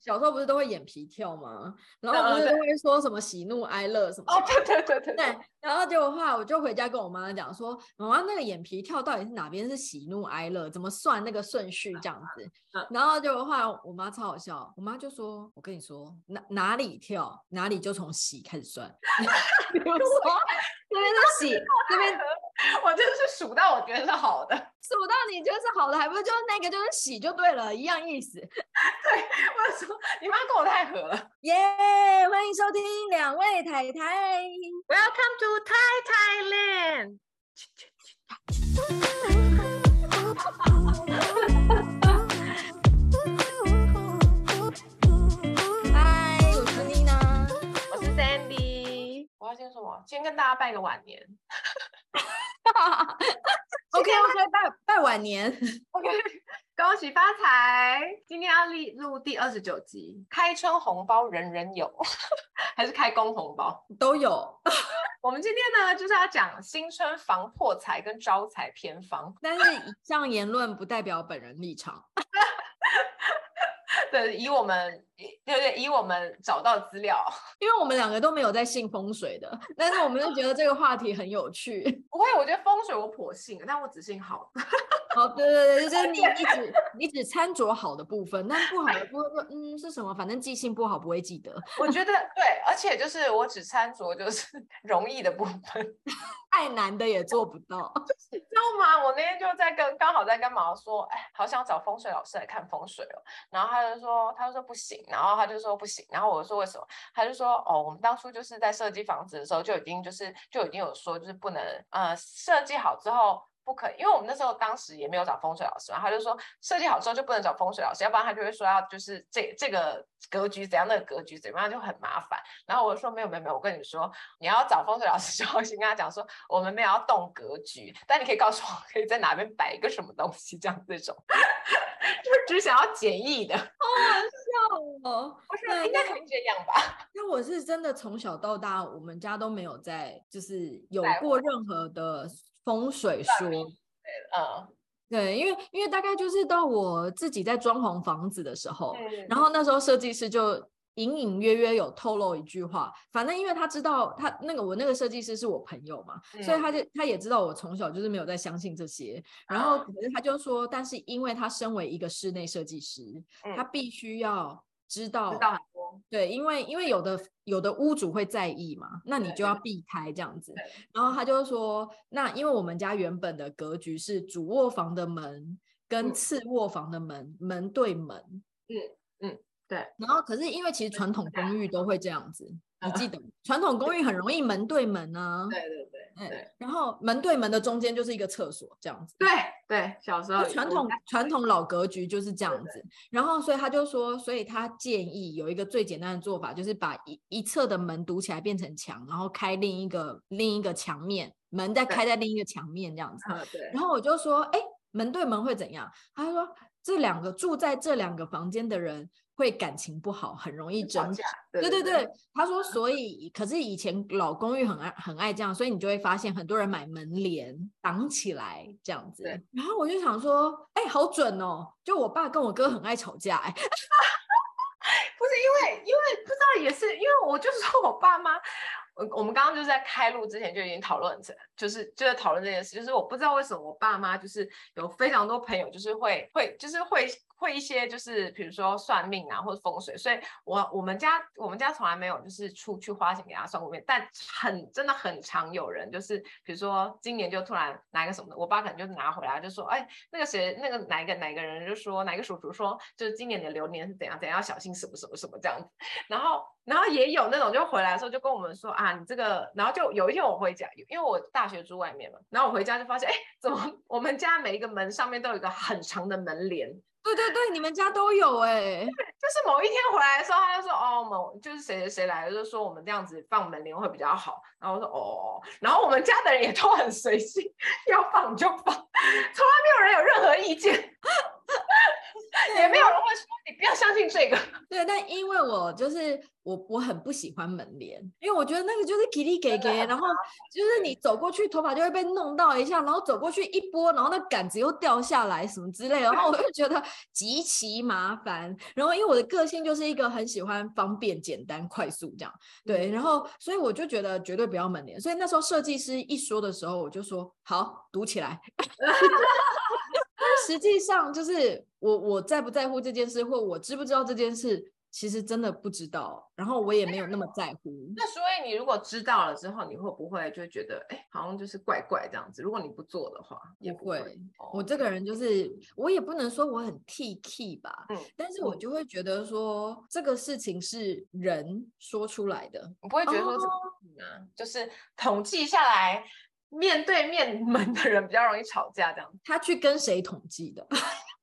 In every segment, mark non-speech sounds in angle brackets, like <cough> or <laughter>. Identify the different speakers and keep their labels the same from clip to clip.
Speaker 1: 小时候不是都会演皮跳吗？然后不是都会说什么喜怒哀乐什么？
Speaker 2: <laughs> 哦，对对对对
Speaker 1: 嗯对，然后结果后来我就回家跟我妈讲说，妈妈那个眼皮跳到底是哪边是喜怒哀乐，怎么算那个顺序这样子？
Speaker 2: 嗯嗯
Speaker 1: 然后结果后来我妈超好笑，我妈就说：“我跟你说，哪哪里跳哪里就从喜开始 <laughs> 算。”比如说这边是喜，这边
Speaker 2: <laughs> 我真是数到我觉得是好的， <laughs>
Speaker 1: 数到你就是好的，还不是就是那个就是喜就对了，一样意思。
Speaker 2: 我说你妈跟我太合了。
Speaker 1: 耶、欢迎收听两位太太。
Speaker 2: Welcome to Thai Thailand。
Speaker 1: 嗨，我是妮娜。
Speaker 2: 我是 Sandy。我 <laughs> 要先说什么？先跟大家拜个晚年。
Speaker 1: <laughs> OK OK，拜拜晚年。 <laughs>
Speaker 2: OK，恭 <laughs> 喜发财！今天要立录第二十九集，开春红包人人有， <laughs> 还是开工红包？
Speaker 1: 都有，
Speaker 2: 我们今天呢，就是要讲新春防破财跟招财偏方。
Speaker 1: 但是以上言论不代表本人立场。
Speaker 2: 对，以我们对对，以我们找到资料，
Speaker 1: 因为我们两个都没有在信风水的，但是我们就觉得这个话题很有趣。
Speaker 2: 不会，我觉得风水我颇信，但我只信好。 <laughs>
Speaker 1: 哦，对对对，就是你你只你只参酌好的部分，但不好的部分就嗯是什么，反正记性不好不会记得。
Speaker 2: 我觉得对，而且就是我只参酌就是 <laughs> 容易的部分。
Speaker 1: 太难的也做不
Speaker 2: <laughs>
Speaker 1: 到。
Speaker 2: 知道吗？我那天就在跟刚好在跟毛说，哎，好想找风水老师来看风水哦。然后他就说，他就说不行，然后他就说不行，然后我说为什么？他就说，哦，我们当初就是在设计房子的时候就已经就是就已经有说就是不能呃设计好之后。不可以，因为我们那时候当时也没有找风水老师嘛，他就说设计好之后就不能找风水老师，要不然他就会说要就是这这个格局怎样，那个格局怎么样，就很麻烦。然后我就说没有没有没有，我跟你说，你要找风水老师就要 <laughs> 先跟他讲说，我们没有要动格局，但你可以告诉我可以在哪边摆一个什么东西，这样这种，就只想要简易的，
Speaker 1: 哦，
Speaker 2: 不是
Speaker 1: 对
Speaker 2: 应该可以这样吧？
Speaker 1: 那我是真的从小到大，我们家都没有在就是有
Speaker 2: 在
Speaker 1: 过任何的风水
Speaker 2: 算
Speaker 1: 说。
Speaker 2: 嗯
Speaker 1: 对，因为因为大概就是到我自己在装潢房子的时候，
Speaker 2: 嗯，
Speaker 1: 然后那时候设计师就隐隐约约有透露一句话，反正因为他知道他那个我那个设计师是我朋友嘛，
Speaker 2: 嗯
Speaker 1: 所以他就他也知道我从小就是没有在相信这些，然后
Speaker 2: 啊
Speaker 1: 可是他就说，但是因为他身为一个室内设计师，他
Speaker 2: 嗯
Speaker 1: 必须要知道
Speaker 2: 知道很多，
Speaker 1: 对，因为因为有的有的屋主会在意嘛，那你
Speaker 2: 对
Speaker 1: 就要避开这样子
Speaker 2: 对。
Speaker 1: 然后他就说，那因为我们家原本的格局是主卧房的门跟
Speaker 2: 嗯
Speaker 1: 次卧房的门门对门，
Speaker 2: 嗯对，
Speaker 1: 然后可是因为其实传统公寓都会这样子，你
Speaker 2: 嗯
Speaker 1: 记得吗传统公寓很容易门对门啊，
Speaker 2: 对对对
Speaker 1: 嗯
Speaker 2: 对，
Speaker 1: 然后门对门的中间就是一个厕所这样子。
Speaker 2: 对对，小时候
Speaker 1: 就传统传统老格局就是这样
Speaker 2: 对
Speaker 1: 子，然后所以他就说，所以他建议有一个最简单的做法，就是把一一侧的门堵起来变成墙，然后开另一个另一个墙面，门再
Speaker 2: 对
Speaker 1: 开在另一个墙面这样子。
Speaker 2: 嗯对，
Speaker 1: 然后我就说，哎，门对门会怎样？他说这两个住在这两个房间的人会感情不好，很容易
Speaker 2: 吵
Speaker 1: 争
Speaker 2: 架
Speaker 1: 执。，
Speaker 2: 对
Speaker 1: 对
Speaker 2: 对
Speaker 1: 对，他说，所以可是以前老公寓很爱很爱这样，所以你就会发现很多人买门帘挡起来这样子
Speaker 2: 对。
Speaker 1: 然后我就想说，哎、好准哦！就我爸跟我哥很爱吵架、哎， <laughs>
Speaker 2: 不是因为，因为不知道也是因为我就是说我爸妈，我我们刚刚就是在开录之前就已经讨论这，就是就在讨论这件事，就是我不知道为什么我爸妈就是有非常多朋友就是会会就是会会一些就是比如说算命啊或者风水，所以我我们家我们家从来没有就是出去花钱给他算过命，但很真的很常有人就是比如说今年就突然拿一个什么，我爸可能就拿回来就说，哎，那个谁，那个哪一个哪一个人就说，哪一个叔叔说，就是今年的流年是怎样怎样，要小心什么什么什么这样子。然后，然后也有那种就回来的时候就跟我们说啊，你这个，然后就有一天我回家，因为我大学住外面嘛，然后我回家就发现，哎，怎么我们家每一个门上面都有一个很长的门帘？
Speaker 1: 对对对，你们家都有哎、
Speaker 2: 就是某一天回来的时候，他就说哦，某就是谁谁谁来了，就说我们这样子放门帘会比较好。然后我说哦，然后我们家的人也都很随性，要放就放，从来没有人有任何意见。 <laughs> 也没有人会说你不要相信这个。
Speaker 1: 对，但因为我就是我，我很不喜欢门帘，因为我觉得那个就是叽里给给，然后就是你走过去，头发就会被弄到一下，然后走过去一拨，然后那杆子又掉下来什么之类的，然后我就觉得极其麻烦。然后因为我的个性就是一个很喜欢方便、简单、快速这样，对，然后所以我就觉得绝对不要门帘。所以那时候设计师一说的时候，我就说好，读起来。实际上就是我我在不在乎这件事，或我知不知道这件事，其实真的不知道。然后我也没有那么在乎。
Speaker 2: 那所以你如果知道了之后，你会不会就觉得，哎，好像就是怪怪这样子？如果你不做的话，也
Speaker 1: 不会。
Speaker 2: 哦
Speaker 1: 我这个人就是，我也不能说我很 T K 吧，
Speaker 2: 嗯
Speaker 1: 但是我就会觉得说这个事情是人说出来的。
Speaker 2: 你不会觉得说这个嗯啊，就是统计下来，面对面门的人比较容易吵架这样子。
Speaker 1: 他去跟谁统计的？ <laughs>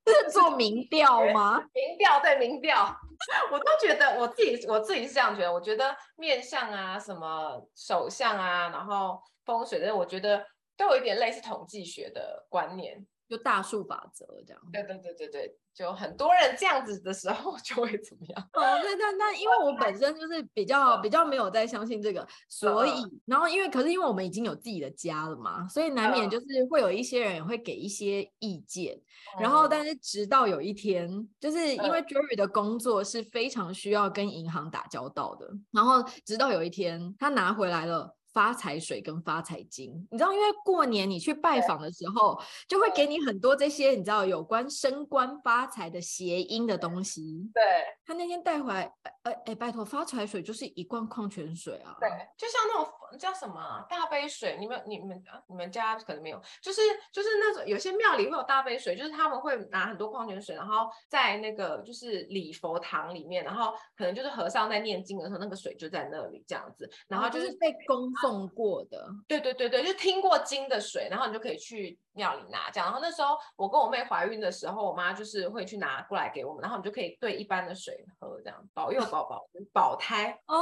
Speaker 1: 是做民调吗？
Speaker 2: 民调对民调， <laughs> 我都觉得我自己我自己是这样觉得，我觉得面相啊，什么手相啊，然后风水的，我觉得都有一点类似统计学的观念。
Speaker 1: 就大数法则这样。
Speaker 2: 对对对对对，就很多人这样子的时候 <laughs> 就会怎么样？
Speaker 1: 哦，对，但但因为我本身就是比较比较没有在相信这个，所以然后因为可是因为我们已经有自己的家了嘛，所以难免
Speaker 2: 嗯
Speaker 1: 就是会有一些人也会给一些意见，然
Speaker 2: 哦嗯
Speaker 1: 后但是直到有一天，就是因为 Jerry 的工作是非常需要跟银行打交道的，然后直到有一天他拿回来了。发财水跟发财金，你知道，因为过年你去拜访的时候，就会给你很多这些你知道有关升官发财的谐音的东西。
Speaker 2: 对
Speaker 1: 他那天带回来，呃呃，哎、拜托，发财水就是一罐矿泉水啊。
Speaker 2: 对，就像那种叫什么啊大杯水，你们你们啊你们家可能没有，就是就是那种有些庙里会有大杯水，就是他们会拿很多矿泉水，然后在那个就是礼佛堂里面，然后可能就是和尚在念经的时候，那个水就在那里这样子，然后
Speaker 1: 就
Speaker 2: 就是是
Speaker 1: 被供奉过的，
Speaker 2: 对对对对，就听过经的水，然后你就可以去庙里拿这样。然后那时候我跟我妹怀孕的时候，我妈就是会去拿过来给我们，然后我们就可以兑一般的水喝，这样保佑宝宝保胎。 <laughs>
Speaker 1: 哦，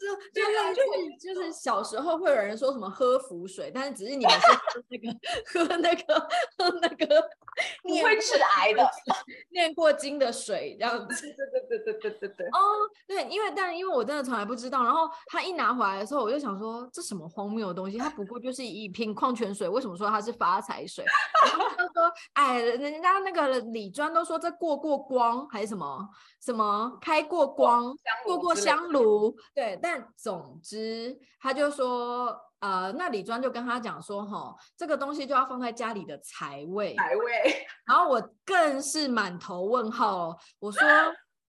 Speaker 1: 这
Speaker 2: 对
Speaker 1: 就
Speaker 2: 啊
Speaker 1: 类
Speaker 2: 就我
Speaker 1: 似就是小时候会有人说什么喝符水，但是只是你们是喝那个 <laughs> 喝那个喝那个
Speaker 2: 你会致癌的，
Speaker 1: 念过经的水这样子。
Speaker 2: 对对对对对对对。
Speaker 1: 哦，对，因为但因为我真的从来不知道，然后他一拿回来的时候，我就想说这什么荒谬的东西，它不过就是一瓶矿泉水，为什么说它是发财水？然后他说，哎，人家那个李专都说这过过光还是什么什么开过光，过过香炉，对，但总之他就说，呃，那李专就跟他讲说，哈，这个东西就要放在家里的财位，
Speaker 2: 排位，
Speaker 1: 然后我更是满头问号哦，我
Speaker 2: <laughs>
Speaker 1: 说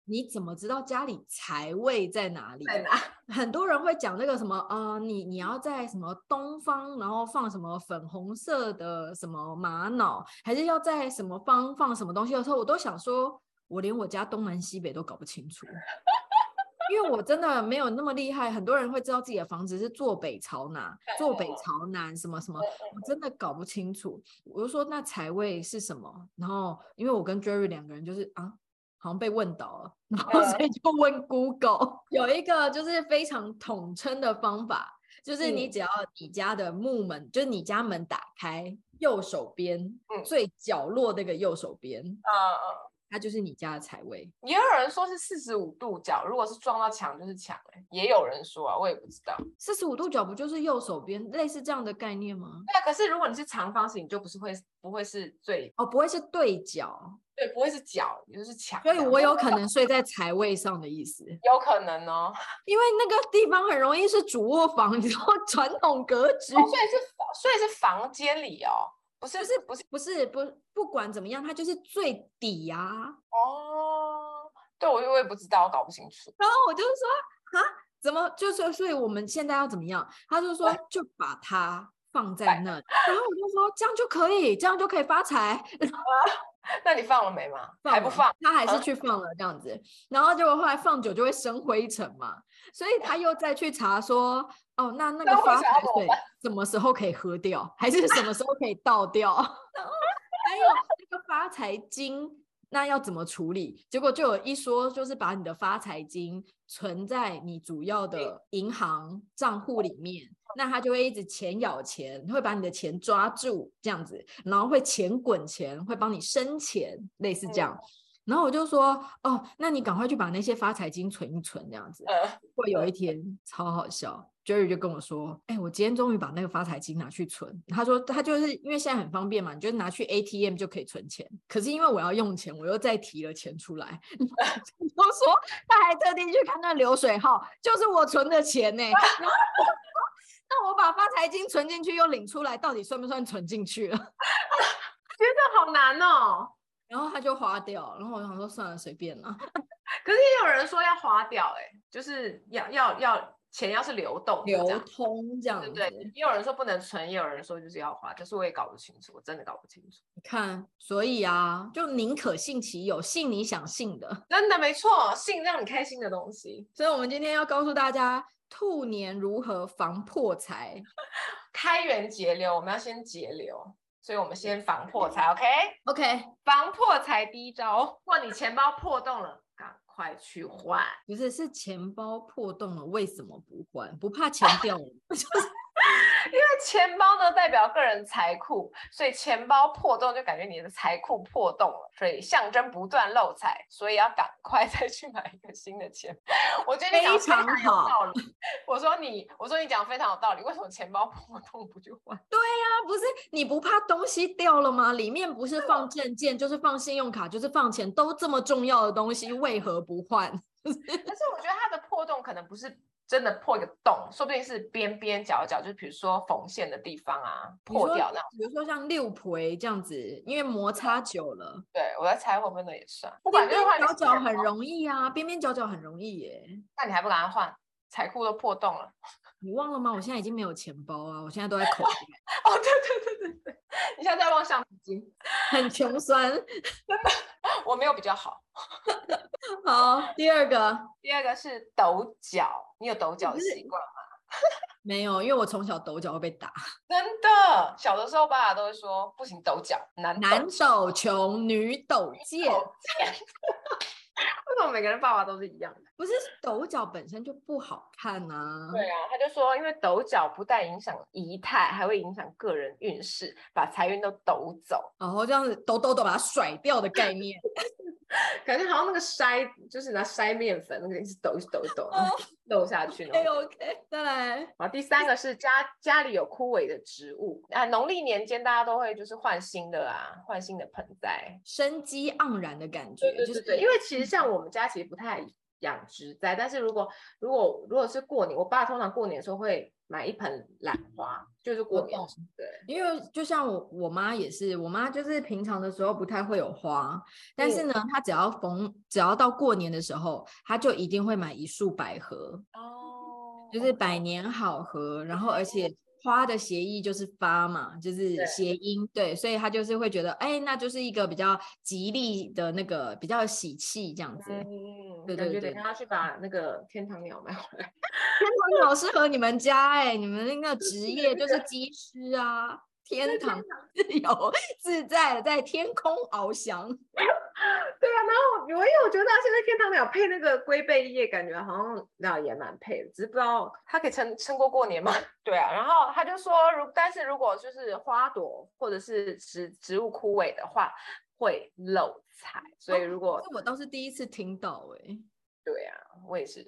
Speaker 1: 你怎么知道家里财位在哪里？
Speaker 2: 在 <laughs> 哪？
Speaker 1: 很多人会讲这个什么啊、呃你你要在什么东方，然后放什么粉红色的什么玛瑙，还是要在什么方放什么东西的时候，我都想说，我连我家东南西北都搞不清楚。因为我真的没有那么厉害，很多人会知道自己的房子是坐北朝哪、坐北
Speaker 2: 嗯
Speaker 1: 朝南什么什么，
Speaker 2: 嗯
Speaker 1: 我真的搞不清楚。我就说那财位是什么？然后因为我跟 Jerry 两个人就是啊，好像被问倒了，然
Speaker 2: 嗯
Speaker 1: 后所以就问 Google。有一个就是非常统称的方法，就是你
Speaker 2: 嗯
Speaker 1: 只要你家的木门，就是你家门打开，右手边、
Speaker 2: 嗯
Speaker 1: 最角落那个右手边，
Speaker 2: 嗯，
Speaker 1: 它就是你家的财位。
Speaker 2: 也有人说是四十五度角，如果是撞到墙就是墙、欸，也有人说啊，我也不知道。
Speaker 1: 四十五度角不就是右手边，类似这样的概念吗？
Speaker 2: 对啊，可是如果你是长方形，你就不是会不会是最
Speaker 1: 哦，不会是对角，
Speaker 2: 对，不会是角，你就是墙
Speaker 1: 所
Speaker 2: 这样。
Speaker 1: 以我有可能睡在财位上的意思。
Speaker 2: 有可能哦，
Speaker 1: 因为那个地方很容易是主卧房， <laughs> 你知道传统格局
Speaker 2: 哦所以是房所以是房间里哦，不是
Speaker 1: 就是
Speaker 2: 不是
Speaker 1: 不是不不管怎么样，它就是最底啊。
Speaker 2: 哦。对，我我也不知道，我搞不清 <laughs> 楚。
Speaker 1: 然后我就说啊，怎么就是所以我们现在要怎么样？他就说就把它放在那里，然后我就说这样就可以，这样就可以发财。
Speaker 2: 那你放了没嘛？还不
Speaker 1: 了
Speaker 2: 放？，
Speaker 1: 他还
Speaker 2: 啊
Speaker 1: 是去放了这样子。然后结果后来放久就会生灰尘嘛，所以他又再去查说，哦，那那
Speaker 2: 生
Speaker 1: 个
Speaker 2: 灰
Speaker 1: 发
Speaker 2: 尘
Speaker 1: 财
Speaker 2: 要怎么
Speaker 1: 水什么时候可以喝 <laughs>
Speaker 2: <laughs>
Speaker 1: 掉，还是什么时候可以倒掉？然后还有那个发财金。那要怎么处理？结果就有一说，就是把你的发财金存在你主要的银行账户里面，那它就会一直钱咬钱，会把你的钱抓住这样子，然后会钱滚钱，会帮你生钱，类似这样。然后我就说，哦，那你赶快去把那些发财金存一存，这样子。
Speaker 2: 呃，
Speaker 1: 会有一天超好笑，Jerry 就跟我说：“哎、我今天终于把那个发财金拿去存。”他说：“他就是因为现在很方便嘛，你就拿去 ATM 就可以存钱。可是因为我要用钱，我又再提了钱出来。” <laughs> 我就说：“他还特地去看那流水号，就是我存的钱呢、然 <laughs> 后我就说那我把发财金存进去又领出来，到底算不算存进去了？ <laughs>
Speaker 2: 觉得好难哦。
Speaker 1: 然后他就花掉，然后我想说算了，随便啦。
Speaker 2: 可是也有人说要花掉、哎，就是要要要钱要是流动的这
Speaker 1: 流
Speaker 2: 样，
Speaker 1: 通这样
Speaker 2: 对
Speaker 1: 子，
Speaker 2: 不对？也有人说不能存，也有人说就是要花，可是我也搞不清楚，我真的搞不清楚。
Speaker 1: 你看，所以啊，就宁可信其有，信你想信的。 <laughs>
Speaker 2: 真的没错，性让你开心的东西，
Speaker 1: 所以，我们今天要告诉大家，兔年如何防破财。
Speaker 2: 开源节流，我们要先节流，所以我们先防破财，OK？
Speaker 1: OK，
Speaker 2: 防破财第一招，哇，你钱包破洞了，赶快去换。
Speaker 1: 不是是钱包破洞了，为什么不换？不怕钱掉了？ <laughs>
Speaker 2: 因为钱包呢代表个人财库，所以钱包破洞就感觉你的财库破洞了，所以象征不断漏财，所以要赶快再去买一个新的钱。我觉得你讲得
Speaker 1: 非常
Speaker 2: 有
Speaker 1: 好
Speaker 2: 道理。我说你，我说你讲得非常有道理，为什么钱包破洞不去换？ <laughs>
Speaker 1: 那啊不是你不怕东西掉了吗？里面不是放证件，就是放信用卡，就是放钱，都这么重要的东西，为何不换？
Speaker 2: 但是我觉得它的破洞可能不是真的破一个洞，说不定是边边角角，就比如说缝线的地方啊
Speaker 1: 你
Speaker 2: 破
Speaker 1: 说
Speaker 2: 掉那种。
Speaker 1: 比如说像六陪这样子，因为摩擦久了，
Speaker 2: 对我在猜会不会那也算，不管
Speaker 1: 边
Speaker 2: 就
Speaker 1: 边
Speaker 2: 是换一
Speaker 1: 角
Speaker 2: 个新
Speaker 1: 角
Speaker 2: 的
Speaker 1: 很
Speaker 2: 包
Speaker 1: 容易啊，边边角角很容易耶。
Speaker 2: 那你还不赶快换？财库都破洞了。
Speaker 1: 你忘了吗？我现在已经没有钱包啊，我现在都在口袋，
Speaker 2: <laughs> 哦，对对对对对，你现在在望橡皮筋，
Speaker 1: 很穷酸。
Speaker 2: 我没有比较好。
Speaker 1: 好，第二个
Speaker 2: 第二个是抖脚，你有抖脚的
Speaker 1: 是
Speaker 2: 习惯吗？
Speaker 1: 没有，因为我从小抖脚会被打，
Speaker 2: 真的，小的时候爸爸都会说不行，抖脚难抖
Speaker 1: 男抖穷，女抖贱，
Speaker 2: 抖贱为什么每个人爸爸都是一样的？
Speaker 1: 不是抖脚本身就不好看啊。
Speaker 2: 对啊，他就说，因为抖脚不但影响仪态，还会影响个人运势，把财运都抖走。
Speaker 1: 然后这样子抖抖抖把它甩掉的概
Speaker 2: <laughs>
Speaker 1: 念，
Speaker 2: 感觉好像那个筛，就是拿筛面粉那个，一直抖一直抖一直抖，然后抖下 <laughs> 去那种
Speaker 1: OK。OK，再来。
Speaker 2: 好，第三个是家家里有枯萎的植物啊，农历年间大家都会就是换新的啊，换新的盆栽。
Speaker 1: 生机盎然的感觉，
Speaker 2: 对对对，因
Speaker 1: 就是
Speaker 2: 为其实像我们家其实不太养植栽，但是如果如果如果是过年，我爸通常过年的时候会买一盆兰花，就是过
Speaker 1: 我
Speaker 2: 年
Speaker 1: 懂
Speaker 2: 对，
Speaker 1: 因为就像我我妈也是，我妈就是平常的时候不太会有花，但是
Speaker 2: 嗯
Speaker 1: 呢，她只要逢只要到过年的时候，她就一定会买一束百合，
Speaker 2: 哦
Speaker 1: 就是百年好合，然后而且花的谐意就是发嘛，就是
Speaker 2: 对
Speaker 1: 谐音，对，所以他就是会觉得，哎，那就是一个比较吉利的那个，比较喜气这样子。
Speaker 2: 嗯，
Speaker 1: 对
Speaker 2: 感
Speaker 1: 对
Speaker 2: 觉
Speaker 1: 对
Speaker 2: 等一下要去把那个天堂鸟买回来。
Speaker 1: 天堂好适合你们家哎、你们那个职业就是技师啊，天堂自由自在的在天空翱翔。
Speaker 2: 对啊，然后我因为我觉得它现在天堂鸟配那个龟背叶，感觉好像那也蛮配的，只是不知道它可以撑撑过过年吗？ <laughs> 对啊，然后他就说，如但是如果就是花朵或者是植植物枯萎的话，会漏财，所以
Speaker 1: 哦
Speaker 2: 如果、
Speaker 1: 这我倒是第一次听到哎、
Speaker 2: 对啊，我也是，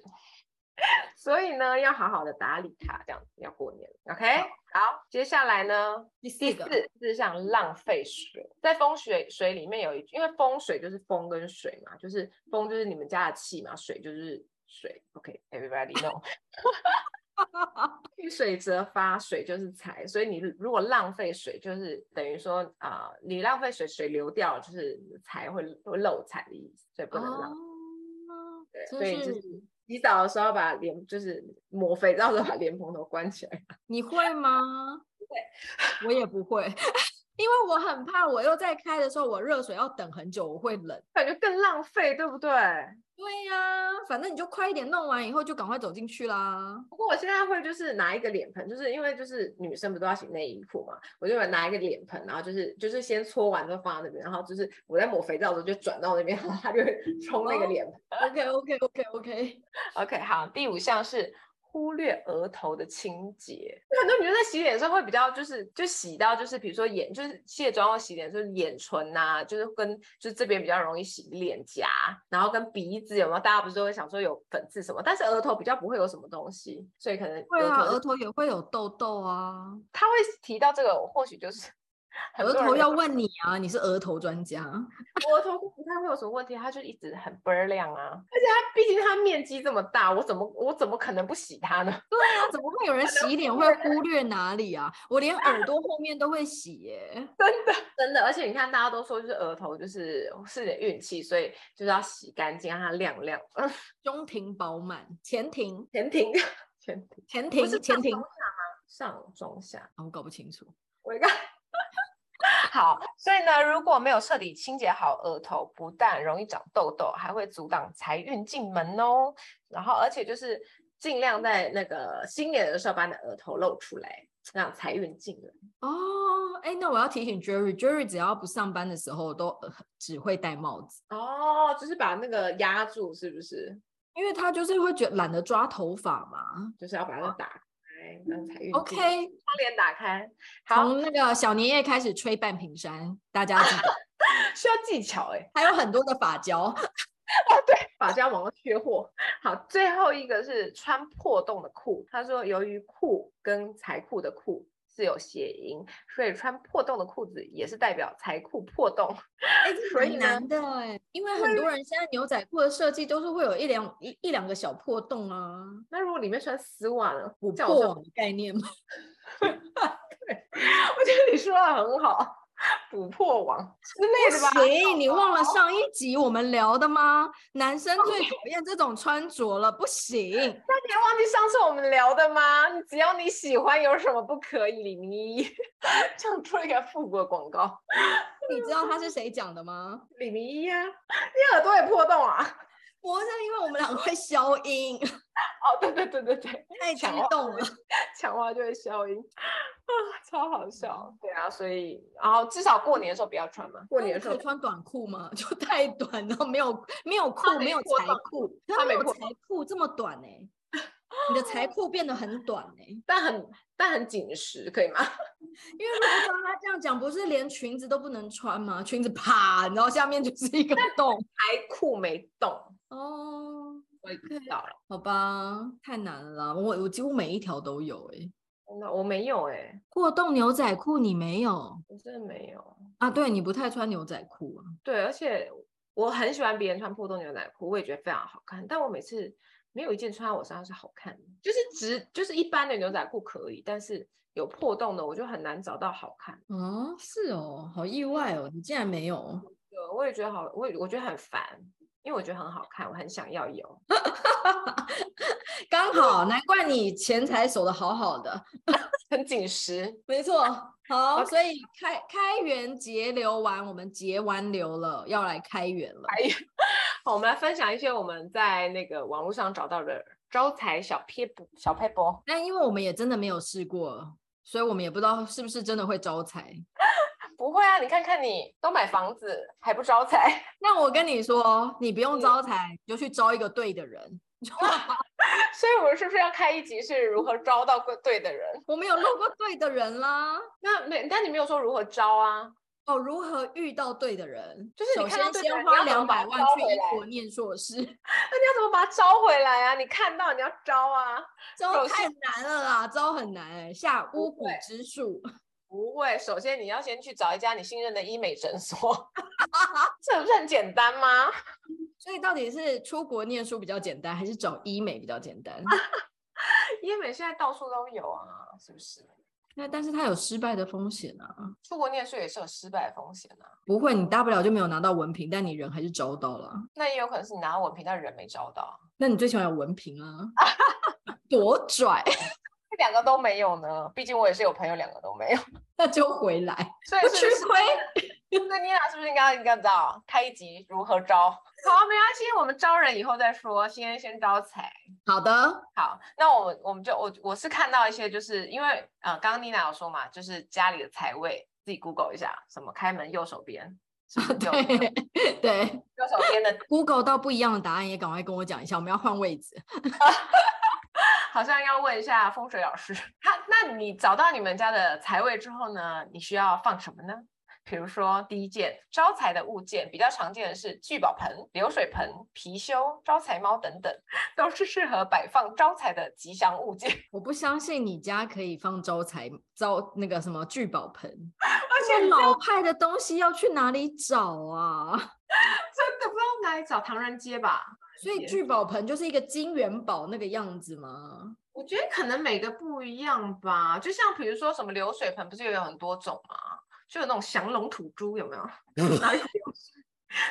Speaker 2: <laughs> 所以呢要好好的打理它，这样子要过年了，OK？好，接下来呢，
Speaker 1: 第四
Speaker 2: 第
Speaker 1: 个，
Speaker 2: 四是像浪费水，在风水水里面有一句，因为风水就是风跟水嘛，就是风就是你们家的气嘛，水就是水。OK，everybody、know，遇水则发，水就是财，所以你如果浪费水，就是等于说啊、你浪费水，水流掉了就是财会会漏财的意思，所以不能浪。
Speaker 1: 哦，
Speaker 2: 对，
Speaker 1: 真
Speaker 2: 所以就是
Speaker 1: 是
Speaker 2: 洗澡的时候把脸就是抹肥皂的时候把莲蓬头关起来。
Speaker 1: 你会吗？我也不会， <laughs> 因为我很怕，我又在开的时候，我热水要等很久，我会冷。
Speaker 2: 感觉更浪费，对不对？
Speaker 1: 对呀、反反正你就快一点弄完以后就赶快走进去啦。
Speaker 2: 不过我现在会就是拿一个脸盆，就是因为就是女生不都要洗内衣裤嘛，我就拿一个脸盆，然后就是就是先搓完之后放在那边，然后就是我在抹肥皂的时候就转到那边，然后它就会冲那个脸盆。
Speaker 1: OK OK OK OK，
Speaker 2: OK，好，第五项是忽略额头的清洁。很多女生在洗脸的时候会比较就是就洗到就是比如说眼就是卸妆或洗脸就是眼唇呐、就是跟就是这边比较容易洗脸颊，然后跟鼻子有没有？大家不是都会想说有粉刺什么，但是额头比较不会有什么东西，所以可能
Speaker 1: 会啊，
Speaker 2: 额头
Speaker 1: 额头也会有痘痘啊，
Speaker 2: 他会提到这个，我或许就是 <laughs> 很
Speaker 1: 额
Speaker 2: 多人
Speaker 1: 头
Speaker 2: 会
Speaker 1: 要问你啊，你是额头专家。
Speaker 2: 额 <laughs> 头不太会有什么问题，它就一直很倍儿亮啊，而且它毕竟它面积这么大，我怎么我怎么可能不洗它呢？ <laughs>
Speaker 1: 对啊，怎么会有人洗脸会忽略哪里啊？我连耳朵后面都会洗耶。
Speaker 2: 真的，而且你看，大家都说就是额头就是是点运气，所以就是要洗干净，让它亮亮。 <laughs> 嗯，
Speaker 1: 中庭饱满，前庭，
Speaker 2: 前庭， <laughs> 前庭，
Speaker 1: 前
Speaker 2: 不
Speaker 1: 庭
Speaker 2: 是，
Speaker 1: 前
Speaker 2: 上
Speaker 1: 庭
Speaker 2: 中，下吗？上中下，
Speaker 1: 啊我搞不清楚。
Speaker 2: 我一个。 <laughs> 好，所以呢，如果没有彻底清洁好额头，不但容易长痘痘，还会阻挡财运进门哦。然后，而且就是尽量在那个新年的时候把你的额头露出来，让财运进来。
Speaker 1: 哦，哎，那我要提醒 Jerry，Jerry 只要不上班的时候都呃只会戴帽子，
Speaker 2: 哦，就是把那个压住，是不是？
Speaker 1: 因为他就是会觉懒得抓头发嘛。
Speaker 2: 就是要把它打开，让财运进来。
Speaker 1: OK，
Speaker 2: 窗帘打开，好，
Speaker 1: 从那个小年夜开始吹半瓶山，大家记得，
Speaker 2: 需要技巧哎、
Speaker 1: 还有很多的发胶。
Speaker 2: 法家网络缺货。好，最后一个是穿破洞的裤，他说由于裤跟财库的库。是有谐音，所以穿破洞的裤子也是代表财库破洞。
Speaker 1: <laughs> 哎，
Speaker 2: 所
Speaker 1: 这
Speaker 2: 以
Speaker 1: 蛮难
Speaker 2: 呢
Speaker 1: 的哎，因为很多人现在牛仔裤的设计都是会有一两一一两个小破洞啊，
Speaker 2: 那如果里面穿丝袜呢？
Speaker 1: 补
Speaker 2: 这样我
Speaker 1: 破
Speaker 2: 就
Speaker 1: 网的概念嘛。
Speaker 2: 我觉得你说的很好，补破网之
Speaker 1: <laughs>
Speaker 2: 类的吧。
Speaker 1: 行，你忘了上一集我们聊的吗？男生最讨厌这种穿着了，不 <laughs> 行。
Speaker 2: 那你还忘记上次我们聊的吗？你只要你喜欢，有什么不可以？李明一 <laughs> 这样做一个复古的广告。
Speaker 1: 你知道他是谁讲的吗？
Speaker 2: 李明一呀、你耳朵也破洞啊！
Speaker 1: 不是因为我们两个会消音，
Speaker 2: 哦，对对对对对，
Speaker 1: 太激
Speaker 2: 想要
Speaker 1: 动了。
Speaker 2: <laughs> 强化就会消音啊，超好笑。对啊，所以然后至少过年的时候不要穿嘛，过
Speaker 1: 那
Speaker 2: 年
Speaker 1: 你
Speaker 2: 的时
Speaker 1: 可
Speaker 2: 候
Speaker 1: 以穿短裤吗？ <laughs> 就太短，然后没有没有
Speaker 2: 他
Speaker 1: 裤，没
Speaker 2: 没
Speaker 1: 有
Speaker 2: 破
Speaker 1: 财
Speaker 2: 洞
Speaker 1: 裤，
Speaker 2: 他
Speaker 1: 它
Speaker 2: 没
Speaker 1: 没有
Speaker 2: 破
Speaker 1: 财裤这么短呢、 <laughs> 你的财裤变得很短呢、
Speaker 2: 但很但很紧实，可以吗？
Speaker 1: 因为如果照他这样讲，不是连裙子都不能穿吗？裙子啪，然后下面就是一个洞。
Speaker 2: 还裤没动，
Speaker 1: <laughs> 哦，
Speaker 2: 我也不知道了。
Speaker 1: 好吧，太难了啦。我我几乎每一条都有哎、
Speaker 2: 真的我没有哎、
Speaker 1: 过洞牛仔裤你没有
Speaker 2: 我真的没有。
Speaker 1: 啊？对你不太穿牛仔裤啊？
Speaker 2: 对，而且我很喜欢别人穿破洞牛仔裤，我也觉得非常好看，但我每次没有一件穿在我身上是好看的，就是直就是一般的牛仔裤可以，但是有破洞的我就很难找到好看。
Speaker 1: 哦，是哦，好意外哦，你竟然没有。
Speaker 2: 对，我也觉得好，我也我觉得很烦，因为我觉得很好看，我很想要有。
Speaker 1: 刚好，难怪你钱财守的好好的。
Speaker 2: <laughs> 很紧实。
Speaker 1: 没错，好
Speaker 2: OK
Speaker 1: 所以开开源节流完，我们节完流了，要来开源了。
Speaker 2: 好，我们来分享一些我们在那个网络上找到的招财小撇步、小撇步。
Speaker 1: 但因为我们也真的没有试过，所以我们也不知道是不是真的会招财。
Speaker 2: 不会啊，你看看你都买房子还不招财， <laughs>
Speaker 1: 那我跟你说，你不用
Speaker 2: 嗯
Speaker 1: 招财，你就去招一个对的人。
Speaker 2: 所以我们是不是要开一集是如何招到个对的人？
Speaker 1: 我们有录过对的人啦。
Speaker 2: 那没，但你没有说如何招啊？
Speaker 1: 哦，如何遇到对的人？
Speaker 2: 就是
Speaker 1: 首
Speaker 2: 你看到
Speaker 1: 先
Speaker 2: 对的
Speaker 1: 先
Speaker 2: 人
Speaker 1: 花
Speaker 2: 你要怎
Speaker 1: 两
Speaker 2: 么把
Speaker 1: 百
Speaker 2: 他
Speaker 1: 万
Speaker 2: 招
Speaker 1: 去
Speaker 2: 回
Speaker 1: 英
Speaker 2: 来
Speaker 1: 国念硕
Speaker 2: <laughs>
Speaker 1: 士，
Speaker 2: 那你要怎么把它招回来啊？你看到你要招啊？
Speaker 1: 招
Speaker 2: 首
Speaker 1: 太
Speaker 2: 先
Speaker 1: 难了啦，招很难哎、下
Speaker 2: 不
Speaker 1: 巫蛊
Speaker 2: 会
Speaker 1: 之术。
Speaker 2: 不会，首先你要先去找一家你信任的医美诊所， <laughs> 这不是很简单吗？
Speaker 1: 所以到底是出国念书比较简单，还是找医美比较简
Speaker 2: <laughs>
Speaker 1: 单？
Speaker 2: 医美现在到处都有啊，是不是？
Speaker 1: 那但是它有失败的风险啊。
Speaker 2: 出国念书也是有失败的风险啊。
Speaker 1: 不会，你大不了就没有拿到文凭，但你人还是招到了啊。
Speaker 2: 那也有可能是你拿到文凭，但人没招到，
Speaker 1: 那你最起码有文凭
Speaker 2: <laughs>
Speaker 1: 啊，多拽， <laughs>
Speaker 2: 这两个都没有呢。毕竟我也是有朋友两个都没有，
Speaker 1: 那就回来。
Speaker 2: <laughs> 所以
Speaker 1: 不
Speaker 2: 是
Speaker 1: 吃
Speaker 2: 不是
Speaker 1: 亏，
Speaker 2: 那妮娜是不是应该应该找开一集如何招？好，啊没关系，我们招人以后再说，先先招财。
Speaker 1: 好的，
Speaker 2: 好，那我们我们就我我是看到一些，就是因为呃，刚刚妮娜有说嘛，就是家里的财位，自己 Google 一下，什么开门右手边，是不是右 <laughs> 手边
Speaker 1: 对 <laughs> 对
Speaker 2: 右手边的，
Speaker 1: ，Google 到不一样的答案也赶快跟我讲一下，我们要换位置。
Speaker 2: 好像要问一下风水老师。他，那你找到你们家的财位之后呢，你需要放什么呢？比如说第一件招财的物件，比较常见的是聚宝盆、流水盆、貔貅、招财猫等 <laughs> 等，都是适合摆放招财的吉祥物件。 <laughs>
Speaker 1: 我不相信你家可以放招财招那个什么聚宝盆，
Speaker 2: 而
Speaker 1: 这
Speaker 2: 且
Speaker 1: 么
Speaker 2: 你知道
Speaker 1: 老派的东西要去哪里找啊？
Speaker 2: 真的不知道哪里找唐人街吧？
Speaker 1: 所以
Speaker 2: 也
Speaker 1: 聚宝盆就是一个金元宝那个样子吗？
Speaker 2: 我觉得可能每个不一样吧，就像比如说什么流水盆，不是也有很多种吗？就有那种降龙吐珠，有没有？ <laughs> 哪里有 <laughs> 流水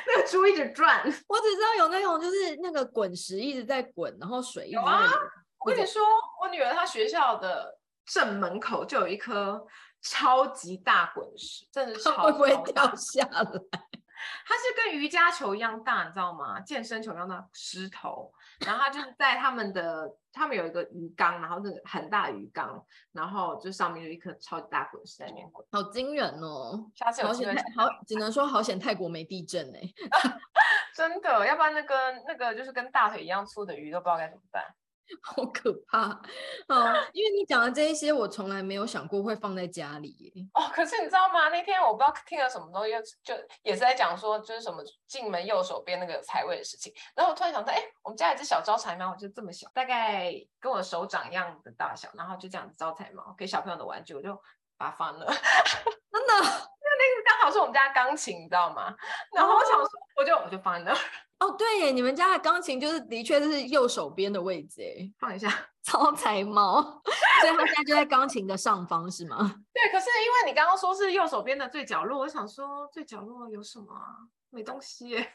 Speaker 2: 那个珠一直转。
Speaker 1: 我只知道有那种就是那个滚石一直在滚，然后水一直
Speaker 2: 有
Speaker 1: 在
Speaker 2: 啊
Speaker 1: 流。
Speaker 2: 我跟你说，我女儿她学校的正门口就有一颗超级大滚石，真的是 <laughs>
Speaker 1: 它
Speaker 2: 超
Speaker 1: 会不会
Speaker 2: 超大
Speaker 1: 掉下来？ <laughs>
Speaker 2: 它是跟瑜伽球一样大，你知道吗？健身球一样大，石头。然后它就是在他们的，他们有一个鱼缸，然后那个很大的鱼缸，然后就上面有一颗超级大滚石在那边滚。
Speaker 1: 好惊人哦！
Speaker 2: 下次有
Speaker 1: 好
Speaker 2: 机
Speaker 1: 险
Speaker 2: 会
Speaker 1: 泰
Speaker 2: 讲，
Speaker 1: 好，只能说好险泰国没地震哎、
Speaker 2: 真的，要不然那个那个就是跟大腿一样粗的鱼都不知道该怎么办。
Speaker 1: <laughs> 好可怕哦！因为你讲的这一些，我从来没有想过会放在家里耶、
Speaker 2: 哦，可是你知道吗？那天我不知道听了什么东西，就也是在讲说，就是什么进门右手边那个有财位的事情。然后我突然想到，哎，我们家有一只小招财猫，就这么小，大概跟我手掌一样的大小，然后就这样子招财猫给小朋友的玩具，我就把它放 <laughs> 了。
Speaker 1: 真的
Speaker 2: 刚好是我们家钢琴，你知道吗？然后我想说，我就我就放在那儿
Speaker 1: 哦，对耶，你们家的钢琴就是的确是右手边的位置 <laughs> 哎，
Speaker 2: 放一下。
Speaker 1: 招财猫， <laughs> 所以它现在就在钢琴的上方是吗？
Speaker 2: 对，可是因为你刚刚说是右手边的最角落，我想说最角落有什么啊？没东西耶，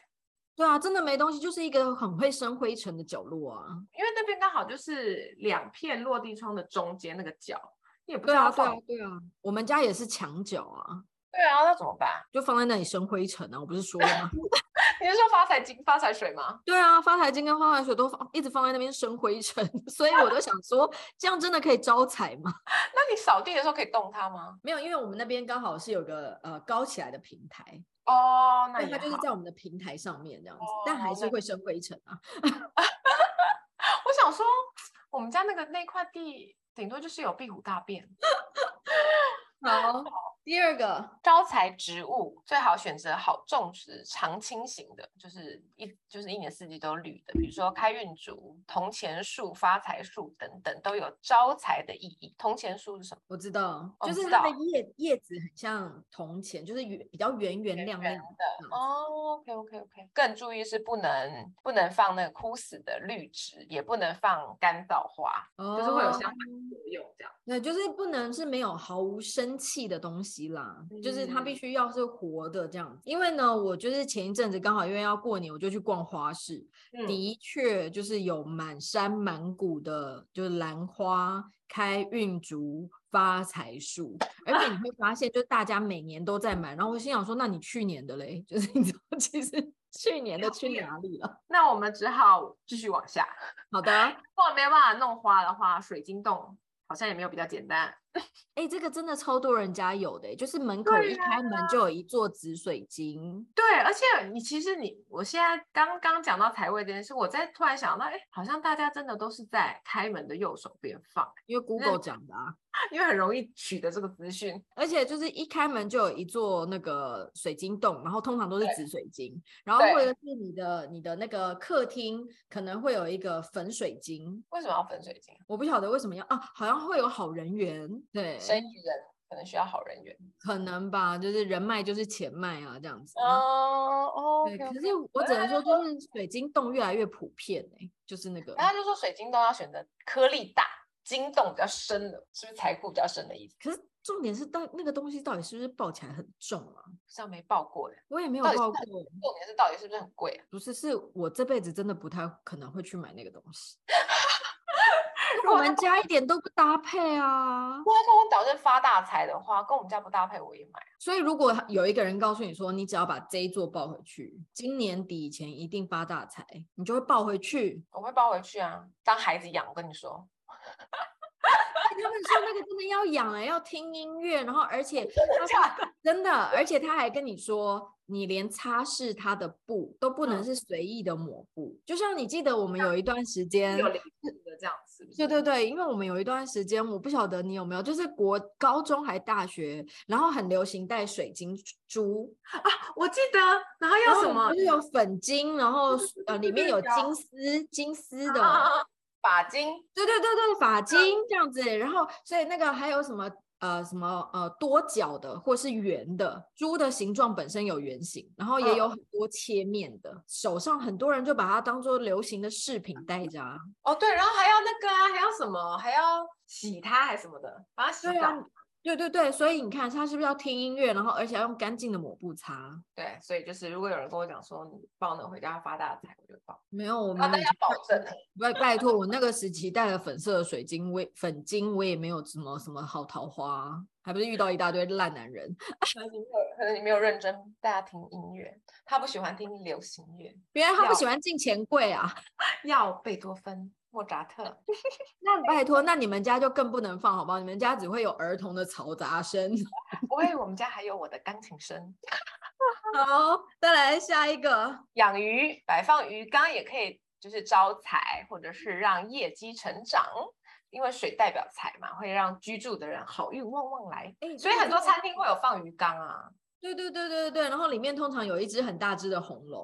Speaker 1: 对啊，真的没东西，就是一个很会生灰尘的角落啊。
Speaker 2: 因为那边刚好就是两片落地窗的中间那个角，你也不知
Speaker 1: 对
Speaker 2: 道
Speaker 1: 啊，对啊
Speaker 2: 放。，
Speaker 1: 对啊，我们家也是墙角啊，
Speaker 2: 对啊，那怎么办？ <laughs>
Speaker 1: 就放在那里生灰尘啊。我不是说了吗？ <laughs>
Speaker 2: 你是说发财金、发财水吗？
Speaker 1: 对啊，发财金跟发财水都放一直放在那边生灰尘， <laughs> 所以我都想说，这样真的可以招财吗？ <laughs>
Speaker 2: 那你扫地的时候可以动它吗？
Speaker 1: 没有，因为我们那边刚好是有个呃高起来的平台，
Speaker 2: 哦，那
Speaker 1: 所以
Speaker 2: 也
Speaker 1: 它就是
Speaker 2: 好。
Speaker 1: 在我们的平台上面这样子，但还
Speaker 2: 哦
Speaker 1: 是
Speaker 2: 那
Speaker 1: 会生灰尘啊。
Speaker 2: 我想说，我们家那个那块地，顶多就是有壁虎大便。
Speaker 1: 好，第二个，
Speaker 2: 招财植物最好选择好种植、常青型的，就是一就是一年四季都绿的，比如说开运竹、铜钱树、发财树等等，都有招财的意义。铜钱树是什么？
Speaker 1: 我知道，
Speaker 2: 哦
Speaker 1: 就
Speaker 2: 知
Speaker 1: 是它
Speaker 2: 道
Speaker 1: 的叶叶子很像铜钱，就是圆比较圆圆亮亮
Speaker 2: 圆
Speaker 1: 的。
Speaker 2: 哦，OK OK OK。更注意是不能不能放那个枯死的绿植，也不能放干燥花，
Speaker 1: 哦
Speaker 2: 就是会有相反的作用。这样
Speaker 1: 对，就是不能是没有毫无生气的东西啦，就是它必
Speaker 2: 嗯
Speaker 1: 须要是活的这样子。因为呢，我就是前一阵子刚好因为要过年，我就去逛花市，
Speaker 2: 嗯
Speaker 1: 的确就是有满山满谷的，就是兰花、开运竹、发财树，而且你
Speaker 2: <laughs>
Speaker 1: 会发现，就大家每年都在买。然后我心想说，那你去年的嘞， <laughs> 就是你知道，其实去年的
Speaker 2: 了
Speaker 1: 去
Speaker 2: 解
Speaker 1: 哪里了？
Speaker 2: 那我们只好继续往下。
Speaker 1: 好的。
Speaker 2: 如果没有办法弄花的话，水晶洞好像也没有比较简单。
Speaker 1: 哎、这个真的超多人家有的欸、就是门口
Speaker 2: 对
Speaker 1: 一开门就有一座紫水晶，
Speaker 2: 对，而且你其实你，我现在刚刚讲到财位这件事，我在突然想到，哎，好像大家真的都是在开门的右手边放，
Speaker 1: 因为 Google 讲的啊。
Speaker 2: 因为很容易取得这个资讯。
Speaker 1: 而且就是一开门就有一座那个水晶洞，然后通常都是
Speaker 2: 对
Speaker 1: 紫水晶，然后
Speaker 2: 对
Speaker 1: 或者是你的你的那个客厅可能会有一个粉水晶，
Speaker 2: 为什么要粉水晶？
Speaker 1: 我不晓得为什么要啊，好像会有好人缘，对，
Speaker 2: 生意人可能需要好人缘。
Speaker 1: 可能吧，就是人脉就是钱脉啊这样子。
Speaker 2: 哦呃哦
Speaker 1: 对，可是我只能说，就是水晶洞越来越普遍哎、就是那个。
Speaker 2: 然后他就说水晶洞要选择颗粒大、晶洞比较深的，是不是财库比较深的意思？
Speaker 1: 可是重点是到那个东西到底是不是抱起来很重啊？
Speaker 2: 上没报过的，
Speaker 1: 我也没有
Speaker 2: 到底是
Speaker 1: 抱
Speaker 2: 很
Speaker 1: 过，
Speaker 2: 重点是到底是不是很贵啊？
Speaker 1: 不是，是我这辈子真的不太可能会去买那个东西。跟我们家一点都不搭配啊
Speaker 2: 如。果跟我导正发大财的话，跟我们家不搭配我也买。
Speaker 1: 所以如果有一个人告诉你说，你只要把这一座抱回去，今年底以前一定发大财，你就会抱回去。
Speaker 2: 我会抱回去啊，当孩子养。我跟你说，
Speaker 1: 他们说那个真的要养哎、要听音乐，然后而且他
Speaker 2: 这样
Speaker 1: <laughs> 真的，而且他还跟你说，你连擦拭它的布都不能
Speaker 2: 嗯
Speaker 1: 是随意的抹布。就像你记得我们有一段时间，
Speaker 2: 有灵性的这样子，
Speaker 1: 对对对，因为我们有一段时间，我不晓得你有没有，就是国高中还大学，然后很流行带水晶珠，
Speaker 2: 我记得。然后
Speaker 1: 然
Speaker 2: 要
Speaker 1: 后
Speaker 2: 什
Speaker 1: 我们
Speaker 2: 么
Speaker 1: 不？是有粉晶，然后呃里面有
Speaker 2: 对有
Speaker 1: 金丝金丝的，
Speaker 2: <laughs> 啊嗯发巾，
Speaker 1: 对对对对，发巾这样子，然后所以那个还有什么呃什么呃多角的或是圆的，猪的形状本身有圆形，然后
Speaker 2: 嗯
Speaker 1: 也有很多切面的，手上很多人就把它当做流行的饰品戴着啊。
Speaker 2: 哦对，然后还要那个啊，还要什么？还要洗它还是什么的，把它洗
Speaker 1: 对啊
Speaker 2: 澡。，
Speaker 1: 对对对，所以你看他是不是要听音乐，然后而且要用干净的抹布擦？
Speaker 2: 对，所以就是如果有人跟我讲说你抱那个回家发大财，我就抱。
Speaker 1: 没有，我
Speaker 2: 啊，
Speaker 1: 们
Speaker 2: 大家保 <laughs> 证，
Speaker 1: 拜拜托，我那个时期戴了粉色的水晶，我也粉晶我也没有什么什么好桃花啊，还不是遇到一大堆烂男人。
Speaker 2: 可能你没有，可能你没有认真大家听音乐，他不喜欢听流行乐，
Speaker 1: 原来他不
Speaker 2: 要
Speaker 1: 喜欢进钱柜啊。
Speaker 2: 要贝多芬、莫扎特。
Speaker 1: 那拜托，那你们家就更不能放好不好？你们家只会有儿童的嘈杂声。 <laughs>
Speaker 2: 不会，我们家还有我的钢琴声。
Speaker 1: 好，再来下一个。
Speaker 2: 养鱼，摆放鱼缸也可以，就是招财，或者是让业绩成长。因为水代表财嘛，会让居住的人好运旺旺来。
Speaker 1: 哎
Speaker 2: 所以很多餐厅会有放鱼缸啊。
Speaker 1: 对对对对对，然后里面通常有一只很大只的红龙。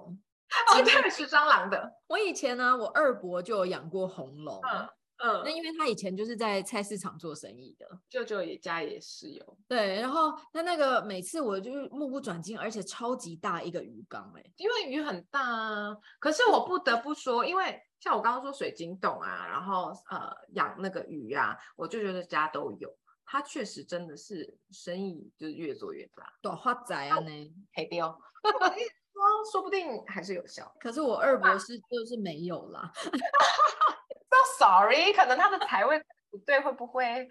Speaker 2: 哦，对，是蟑螂的。
Speaker 1: 我以前呢，我二伯就有养过红龙。
Speaker 2: 嗯
Speaker 1: 那
Speaker 2: 嗯，
Speaker 1: 因为他以前就是在菜市场做生意的，
Speaker 2: 舅舅也家也是有，
Speaker 1: 对，然后他那个每次我就是目不转睛，而且超级大一个鱼缸、欸，
Speaker 2: 因为鱼很大啊。可是我不得不说，因为像我刚刚说水晶洞啊，然后呃养那个鱼啊，我舅舅的家都有。他确实真的是生意就是越做越大，
Speaker 1: 短花仔啊呢。
Speaker 2: 赔 <laughs> 掉。我一直说，说不定还是有效。
Speaker 1: 可是我二伯是就是没有啦，
Speaker 2: So sorry，可能他的财位不对，会不会？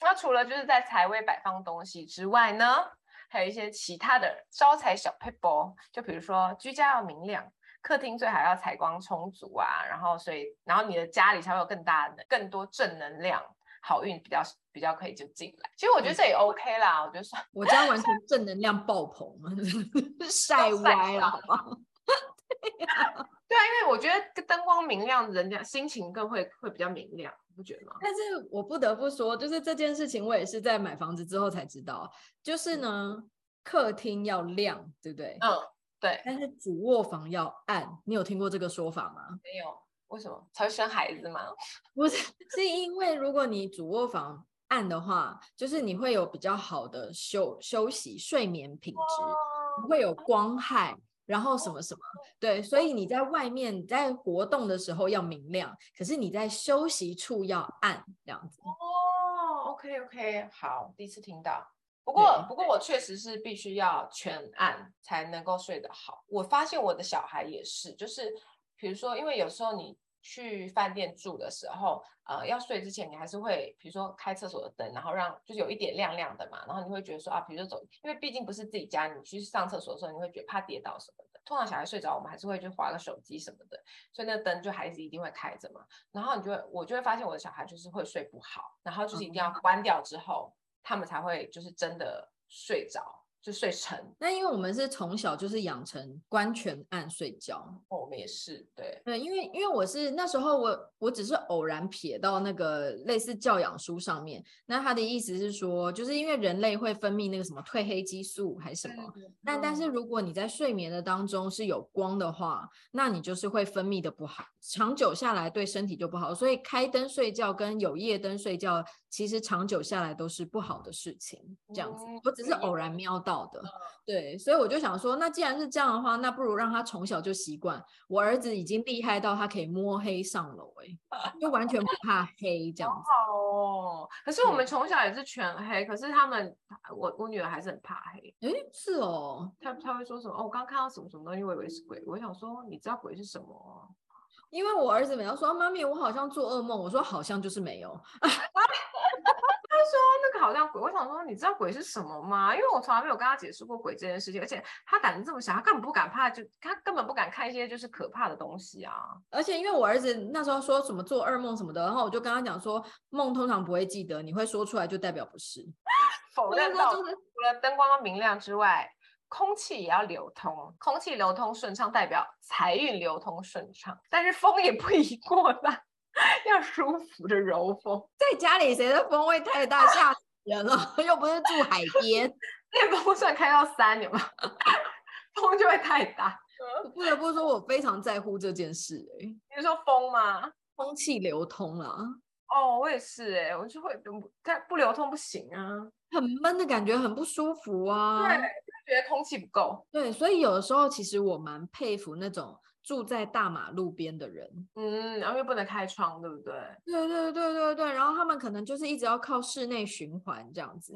Speaker 2: 那除了就是在财位摆放东西之外呢，还有一些其他的招财小 p e p l e 就比如说居家要明亮，客厅最好要采光充足啊，然后所以然后你的家里才会有更大的、更多正能量，好运比较比较可以就进来。其实我觉得这也 OK 啦，我觉得算
Speaker 1: 我家完 <laughs> 全正能量爆棚， <laughs> 晒
Speaker 2: 晒
Speaker 1: 歪了，
Speaker 2: 到
Speaker 1: 好不好？ <laughs>
Speaker 2: 对啊，因为我觉得灯光明亮，人家心情更会会比较明亮，你不觉得吗？
Speaker 1: 但是我不得不说，就是这件事情，我也是在买房子之后才知道，就是呢，客厅要亮，对不对？
Speaker 2: 嗯，对，
Speaker 1: 但是主卧房要暗，你有听过这个说法吗？
Speaker 2: 没有为什么才会生孩子嘛？
Speaker 1: <laughs> 不是，是因为如果你主卧房暗的话，就是你会有比较好的休休息、睡眠品
Speaker 2: 哦
Speaker 1: 质，不会有光害，然后什么什么，对，所以你在外面你在活动的时候要明亮，可是你在休息处要暗，这样子。
Speaker 2: 哦，OK OK，好，第一次听到。不过
Speaker 1: 对
Speaker 2: 不过我确实是必须要全暗才能够睡得好。我发现我的小孩也是，就是比如说，因为有时候你去饭店住的时候，呃，要睡之前你还是会，比如说开厕所的灯，然后让就是有一点亮亮的嘛，然后你会觉得说啊，比如说走，因为毕竟不是自己家，你去上厕所的时候，你会觉得怕跌倒什么的。通常小孩睡着，我们还是会去划个手机什么的，所以那个灯就还是一定会开着嘛。然后你就会，我就会发现我的小孩就是会睡不好，然后就是一定要关掉之后，他们才会就是真的睡着，就睡沉。
Speaker 1: 那因为我们是从小就是养成关全暗睡觉，
Speaker 2: 哦我们也是，对，
Speaker 1: 对，嗯因为因为我是那时候我我只是偶然瞥到那个类似教养书上面，那他的意思是说，就是因为人类会分泌那个什么褪黑激素还是什么，但但是如果你在睡眠的当中是有光的话，那你就是会分泌的不好，长久下来对身体就不好。所以开灯睡觉跟有夜灯睡觉，其实长久下来都是不好的事情。这样子
Speaker 2: 嗯，
Speaker 1: 我只是
Speaker 2: 有
Speaker 1: 偶
Speaker 2: 夜
Speaker 1: 然瞄到的，对，所以我就想说，那既然是这样的话，那不如让他从小就习惯。我儿子已经厉害到他可以摸黑上楼、欸，就完全不怕黑这样子。
Speaker 2: 好哦。可是我们
Speaker 1: 对
Speaker 2: 从小也是全黑，可是他们，我我女儿还是很怕黑，
Speaker 1: 诶，是哦，
Speaker 2: 她她会说什么？哦，我刚看到什么什么东西，我以为是鬼，我想说你知道鬼是什么、
Speaker 1: 因为我儿子每次说啊妈咪，我好像做噩梦，我说好像就是没有。
Speaker 2: 他说那个好像鬼，我想说你知道鬼是什么吗？因为我从来没有跟他解释过鬼这件事情，而且他胆子这么小，他根本不敢怕，就他根本不敢看一些就是可怕的东西啊。
Speaker 1: 而且因为我儿子那时候说什么做噩梦什么的，然后我就跟他讲说，梦通常不会记得，你会说出来就代表不是。
Speaker 2: 否
Speaker 1: 我
Speaker 2: 认
Speaker 1: 那时
Speaker 2: 到
Speaker 1: 候
Speaker 2: 除
Speaker 1: 就是
Speaker 2: 了灯光要明亮之外，空气也要流通，空气流通顺畅代表财运流通顺畅，但是风也不宜过大，要舒服的柔风。
Speaker 1: 在家里谁的风味太大，吓死人了， <laughs> 又不是住海边。
Speaker 2: 电风扇开到三，有吗？ <laughs> 风就会太大。
Speaker 1: 我不得不说，我非常在乎这件事、欸，
Speaker 2: 你是说风吗？
Speaker 1: 空气流通啦，
Speaker 2: 哦，我也是哎、我就会不但不流通不行啊，
Speaker 1: 很闷的感觉，很不舒服啊。
Speaker 2: 对，就觉得空气不够。
Speaker 1: 对，所以有的时候其实我蛮佩服那种住在大马路边的人。
Speaker 2: 嗯，然后又不能开窗，对不对？
Speaker 1: 对对对对对，然后他们可能就是一直要靠室内循环这样子。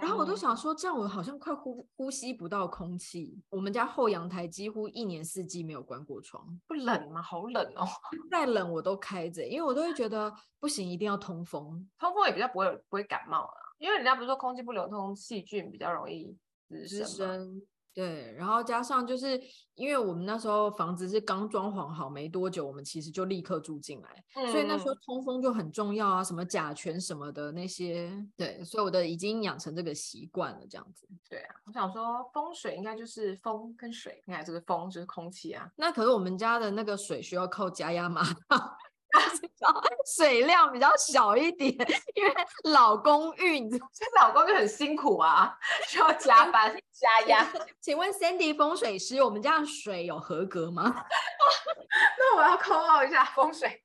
Speaker 1: 然后我都
Speaker 2: 嗯，
Speaker 1: 想说，这样我好像快呼呼吸不到空气。我们家后阳台几乎一年四季没有关过窗，
Speaker 2: 不冷吗？好冷哦，
Speaker 1: 再冷我都开着，因为我都会觉得不行，一定要通风
Speaker 2: 通风也比较不会不会感冒啊，因为人家不是说空气不流通，细菌比较容易
Speaker 1: 滋
Speaker 2: 滋生吗。
Speaker 1: 生。对，然后加上就是因为我们那时候房子是刚装潢好没多久，我们其实就立刻住进来，所以那时候
Speaker 2: 嗯
Speaker 1: 通风就很重要啊，什么甲醛什么的那些，对，所以我的已经养成这个习惯了，这样子。
Speaker 2: 对啊，我想说风水应该就是风跟水，你看这个风就是空气 <laughs> 啊，
Speaker 1: 那可是我们家的那个水需要靠加压马 <laughs> 桶，就是要水 <laughs> 量比较小一点，因为老公寓。你知道
Speaker 2: 所以老公就很辛苦啊，需要加班加压。
Speaker 1: 请问 Sandy 风水师，我们家的水有合格吗？
Speaker 2: <laughs>
Speaker 1: <laughs>
Speaker 2: 那我要 call out 一下风水，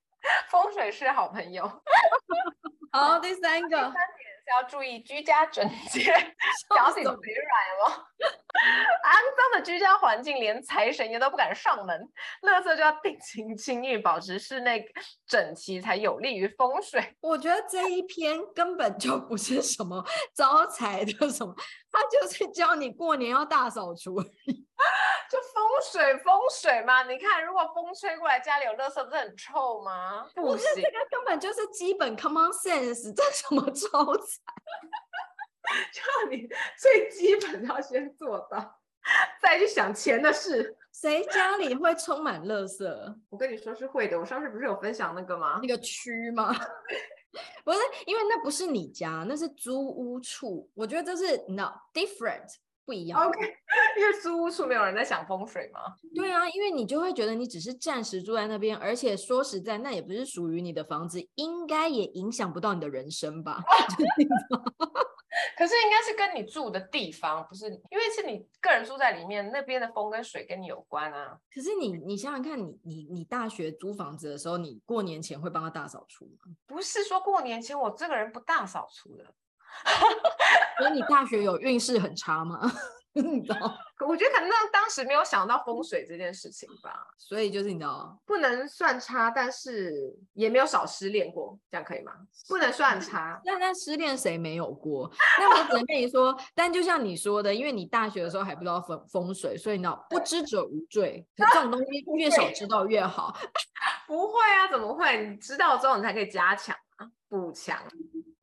Speaker 2: 风水是好朋友，是
Speaker 1: 好，第三个，
Speaker 2: 要注意居家整 <laughs> 洁，
Speaker 1: 笑
Speaker 2: 脚
Speaker 1: 死
Speaker 2: 底腿软
Speaker 1: 我
Speaker 2: 了。肮脏的居家环境，连财神爷都不敢上门。垃圾就要定期清运，保持室内整齐，才有利于风水。
Speaker 1: 我觉得这一篇根本就不是什么招财的什么，他就是教你过年要大扫除。
Speaker 2: 就风水风水嘛，你看，如果风吹过来，家里有垃圾，不是很臭吗？不
Speaker 1: 我觉得这
Speaker 2: 行，
Speaker 1: 个根本就是基本 common sense，这什么招财？
Speaker 2: 就你最基本要先做到，再去想钱的事。
Speaker 1: 谁家里会充满垃圾？
Speaker 2: 我跟你说是会的，我上次不是有分享那个吗
Speaker 1: 那？个区吗？ <laughs> 不是，因为那不是你家，那是租屋处。我觉得这是 no different 不一样。
Speaker 2: OK，因为租屋处没有人在想风水嘛。
Speaker 1: 对啊，因为你就会觉得你只是暂时住在那边，而且说实在，那也不是属于你的房子，应该也影响不到你的人生吧？
Speaker 2: 可是应该是跟你住的地方，不是因为是你个人住在里面，那边的风跟水跟你有关啊。
Speaker 1: 可是你你想想看你，你你大学租房子的时候，你过年前会帮他大扫除吗？
Speaker 2: 不是说过年前我这个人不大扫除的，
Speaker 1: 所以你大学有运势很差吗？ <laughs> 你知道，
Speaker 2: 可我觉得可能那当时没有想到风水这件事情吧。
Speaker 1: 所以就是你知道，
Speaker 2: 不能算差，但是也没有少失恋过，这样可以吗？不能算差，
Speaker 1: 那那失恋谁没有过？那我只能跟你说，但就像你说的，因为你大学的时候还不知道风风水，所以你知道不知者无
Speaker 2: <laughs>
Speaker 1: 罪，可这种东西越少知道越好。
Speaker 2: 不会啊，怎么会？你知道之后你才可以加强啊，补强。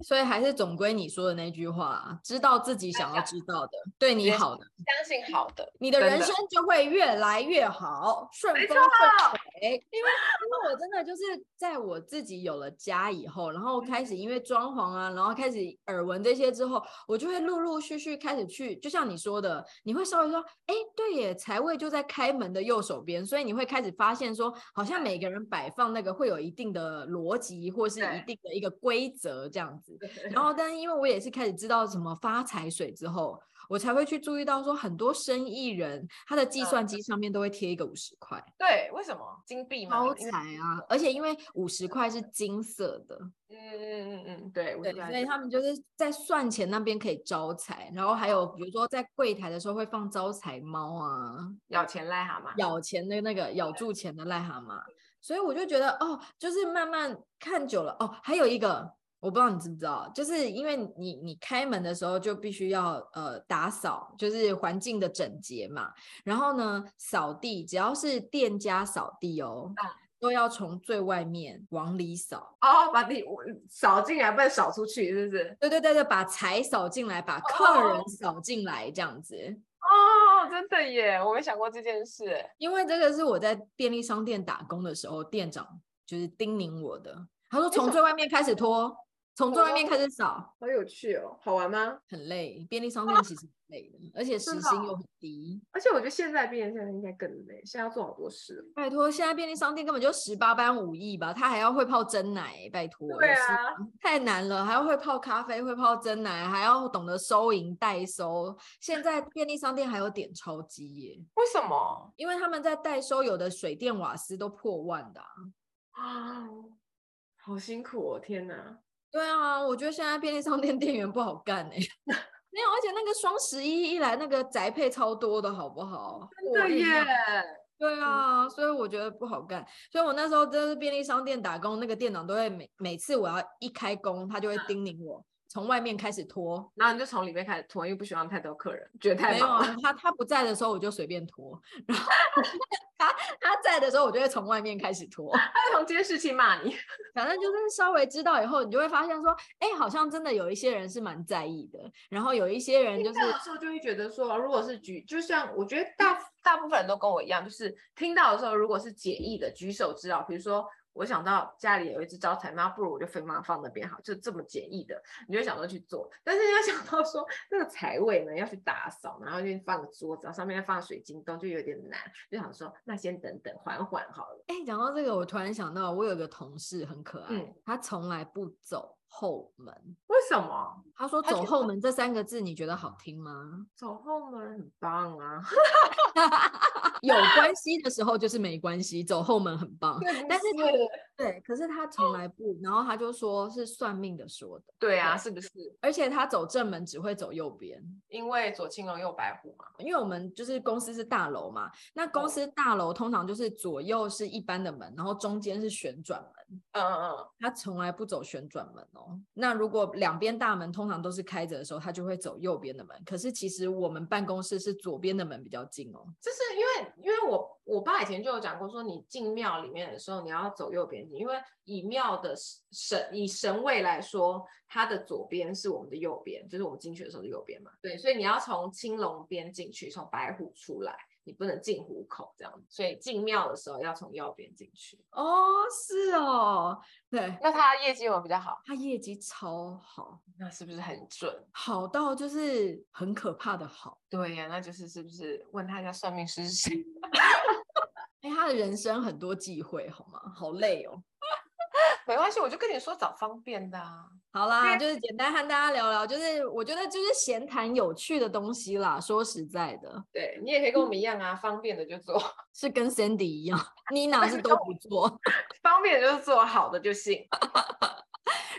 Speaker 1: 所以还是总归你说的那句话啊，知道自己想要知道的，对你
Speaker 2: 没
Speaker 1: 好的，
Speaker 2: 相信好的，
Speaker 1: 你的
Speaker 2: 真
Speaker 1: 人
Speaker 2: 的
Speaker 1: 生就会越来越好，顺
Speaker 2: 没
Speaker 1: 风
Speaker 2: 错啊
Speaker 1: 顺水。哎因为因为我真的就是在我自己有了家以后，然后开始
Speaker 2: 嗯
Speaker 1: 因为装潢啊，然后开始耳闻这些之后，我就会陆陆续续开始去，就像你说的，你会稍微说，哎，对耶，财位就在开门的右手边，所以你会开始发现说，好像每个人摆放那个会有一定的逻辑，或是
Speaker 2: 对
Speaker 1: 一定的一个规则这样子。然后，但是因为我也是开始知道什么发财水之后，我才会去注意到说，很多生意人他的计
Speaker 2: 嗯
Speaker 1: 算机上面都会贴一个五十块
Speaker 2: 对，为什么金币嘛？
Speaker 1: 招
Speaker 2: 因
Speaker 1: 财
Speaker 2: 为
Speaker 1: 啊，而且因为五十块是金色的，
Speaker 2: 嗯嗯嗯嗯，对，我
Speaker 1: 对，
Speaker 2: 觉得还
Speaker 1: 所以
Speaker 2: 是
Speaker 1: 他们就是在算钱那边可以招财，然后还有比如说在柜台的时候会放招财猫啊，
Speaker 2: 咬钱癞蛤蟆。
Speaker 1: 咬钱的那个咬住钱的癞蛤蟆，所以我就觉得哦，就是慢慢看久了哦，还有一个我不知道你知不知道，就是因为你你开门的时候就必须要呃打扫，就是环境的整洁嘛，然后呢扫地，只要是店家扫地哦，都要从最外面往里扫。
Speaker 2: 哦，把你我扫进来，不然扫出去，是不是？
Speaker 1: 对对对对，把财扫进来，把客人扫进来，这样子。
Speaker 2: 哦，真的耶，我没想过这件事。
Speaker 1: 因为这个是我在便利商店打工的时候，店长就是叮咛我的。他说从最外面开始拖，从最外
Speaker 2: 哦
Speaker 1: 面开始扫，
Speaker 2: 好有趣哦，好玩吗？
Speaker 1: 很累。便利商店其实很累的，而且时
Speaker 2: <laughs> 真的
Speaker 1: 薪
Speaker 2: 哦
Speaker 1: 又很低。
Speaker 2: 而且我觉得现在变现在应该更累，现在要做好多事。
Speaker 1: 拜托，现在便利商店根本就十八般武艺吧，他还要会泡真奶，拜托，
Speaker 2: 对
Speaker 1: 有事
Speaker 2: 啊
Speaker 1: 吗太难了，还要会泡咖啡，会泡真奶，还要懂得收银代收。现在便利商店还有点钞机耶，
Speaker 2: 为什么
Speaker 1: 因为他们在代收，有的水电瓦斯都破万的啊、
Speaker 2: 啊？好辛苦哦，天哪！
Speaker 1: 对啊，我觉得现在便利商店店员不好干哎、 <laughs> 没有，而且那个双十一一来，那个宅配超多的好不好？
Speaker 2: 真的
Speaker 1: 我印象
Speaker 2: 耶，嗯
Speaker 1: 对啊，所以我觉得不好干，所以我那时候就是便利商店打工，那个店长都会每每次我要一开工，他就会叮咛我从外面开始拖。
Speaker 2: 然后你就从里面开始拖，因为不喜欢太多客人，觉得太
Speaker 1: 没有
Speaker 2: 忙了。
Speaker 1: 啊，他他不在的时候我就随便拖，然后他他在的时候我就会从外面开始拖。
Speaker 2: 他会从这件事情骂你，
Speaker 1: 反正就是稍微知道以后，你就会发现说，哎，好像真的有一些人是蛮在意的，然后有一些人就是
Speaker 2: 听到的时候就会觉得说，如果是举，就像我觉得大嗯大部分人都跟我一样，就是听到的时候，如果是解意的举手之劳，比如说我想到家里有一只招财猫，不如我就分妈放那边好，就这么解意的，你就会想说去做。但是你要想到说那个财位呢要去打扫，然后就放个桌子，然后上面再放水晶灯，就有点难，就想说那先等等，缓缓好了。
Speaker 1: 哎，讲到这个，我突然想到，我有个同事很可爱，
Speaker 2: 嗯
Speaker 1: 他从来不走后门。
Speaker 2: 为什么？
Speaker 1: 他说“
Speaker 2: 他
Speaker 1: 走
Speaker 2: 觉
Speaker 1: 后门”这三个字，你觉得好听吗？ <laughs>
Speaker 2: 走后门很棒啊，
Speaker 1: 有关系的时候就是没关系，走后门很棒。但
Speaker 2: 但
Speaker 1: 是
Speaker 2: 是
Speaker 1: 他对，可是他从来不，然后他就说是算命的说的，
Speaker 2: 对啊，是不是
Speaker 1: 而且他走正门只会走右边，
Speaker 2: 因为左青龙右白虎嘛？
Speaker 1: 因为我们就是公司是大楼嘛，那公
Speaker 2: 哦
Speaker 1: 司大楼通常就是左右是一般的门，然后中间是旋转门。
Speaker 2: 嗯嗯嗯。
Speaker 1: 他从来不走旋转门哦。那如果两边大门通常都是开着的时候，他就会走右边的门。可是其实我们办公室是左边的门比较近哦。
Speaker 2: 就是因为，因为我我爸以前就有讲过，说你进庙里面的时候，你要走右边进，因为以庙的神以神位来说，它的左边是我们的右边，就是我们进去的时候的右边嘛。对，所以你要从青龙边进去，从白虎出来，你不能进虎口这样子。所以进庙的时候要从右边进去。
Speaker 1: 哦，是哦，对，
Speaker 2: 那他业绩有没有比较好？
Speaker 1: 他业绩超好，
Speaker 2: 那是不是很准？
Speaker 1: 好到就是很可怕的好。
Speaker 2: 对呀、那就是是不是问他一下算命师是谁？
Speaker 1: 哎，他的人生很多忌讳，好吗？好累哦。
Speaker 2: <laughs> 没关系，我就跟你说找方便的啊。
Speaker 1: 好啦，
Speaker 2: 对
Speaker 1: 就是简单和大家聊聊，就是我觉得就是闲谈有趣的东西啦。说实在的，
Speaker 2: 对你也可以跟我们一样啊，方便的就做。
Speaker 1: 是跟 Sandy 一样，妮娜是都不做。
Speaker 2: 方便就是做好的就行。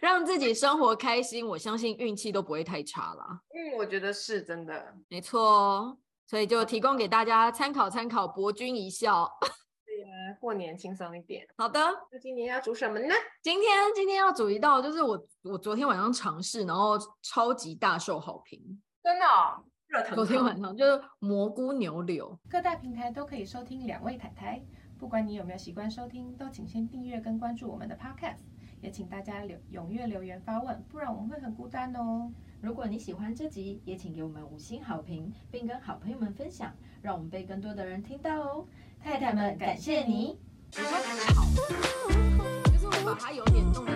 Speaker 1: 让自己生活开心，我相信运气都不会太差啦。
Speaker 2: 嗯，我觉得是真的。
Speaker 1: 没错哦，所以就提供给大家参考参考，博君一笑。
Speaker 2: 呃过年轻松一点。
Speaker 1: 好的，
Speaker 2: 那今年要煮什么呢？
Speaker 1: 今天今天要煮一道，就是我我昨天晚上尝试，然后超级大受好评。
Speaker 2: 真的、哦，热腾
Speaker 1: 昨天晚上就是蘑菇牛柳，
Speaker 3: 各大平台都可以收听两位太太。不管你有没有习惯收听，都请先订阅跟关注我们的 Podcast，也请大家留踊跃留言发问，不然我们会很孤单哦。
Speaker 4: 如果你喜欢这集，也请给我们五星好评，并跟好朋友们分享，让我们被更多的人听到哦。太太们，感谢你。
Speaker 1: 就是我把它有点弄哦哦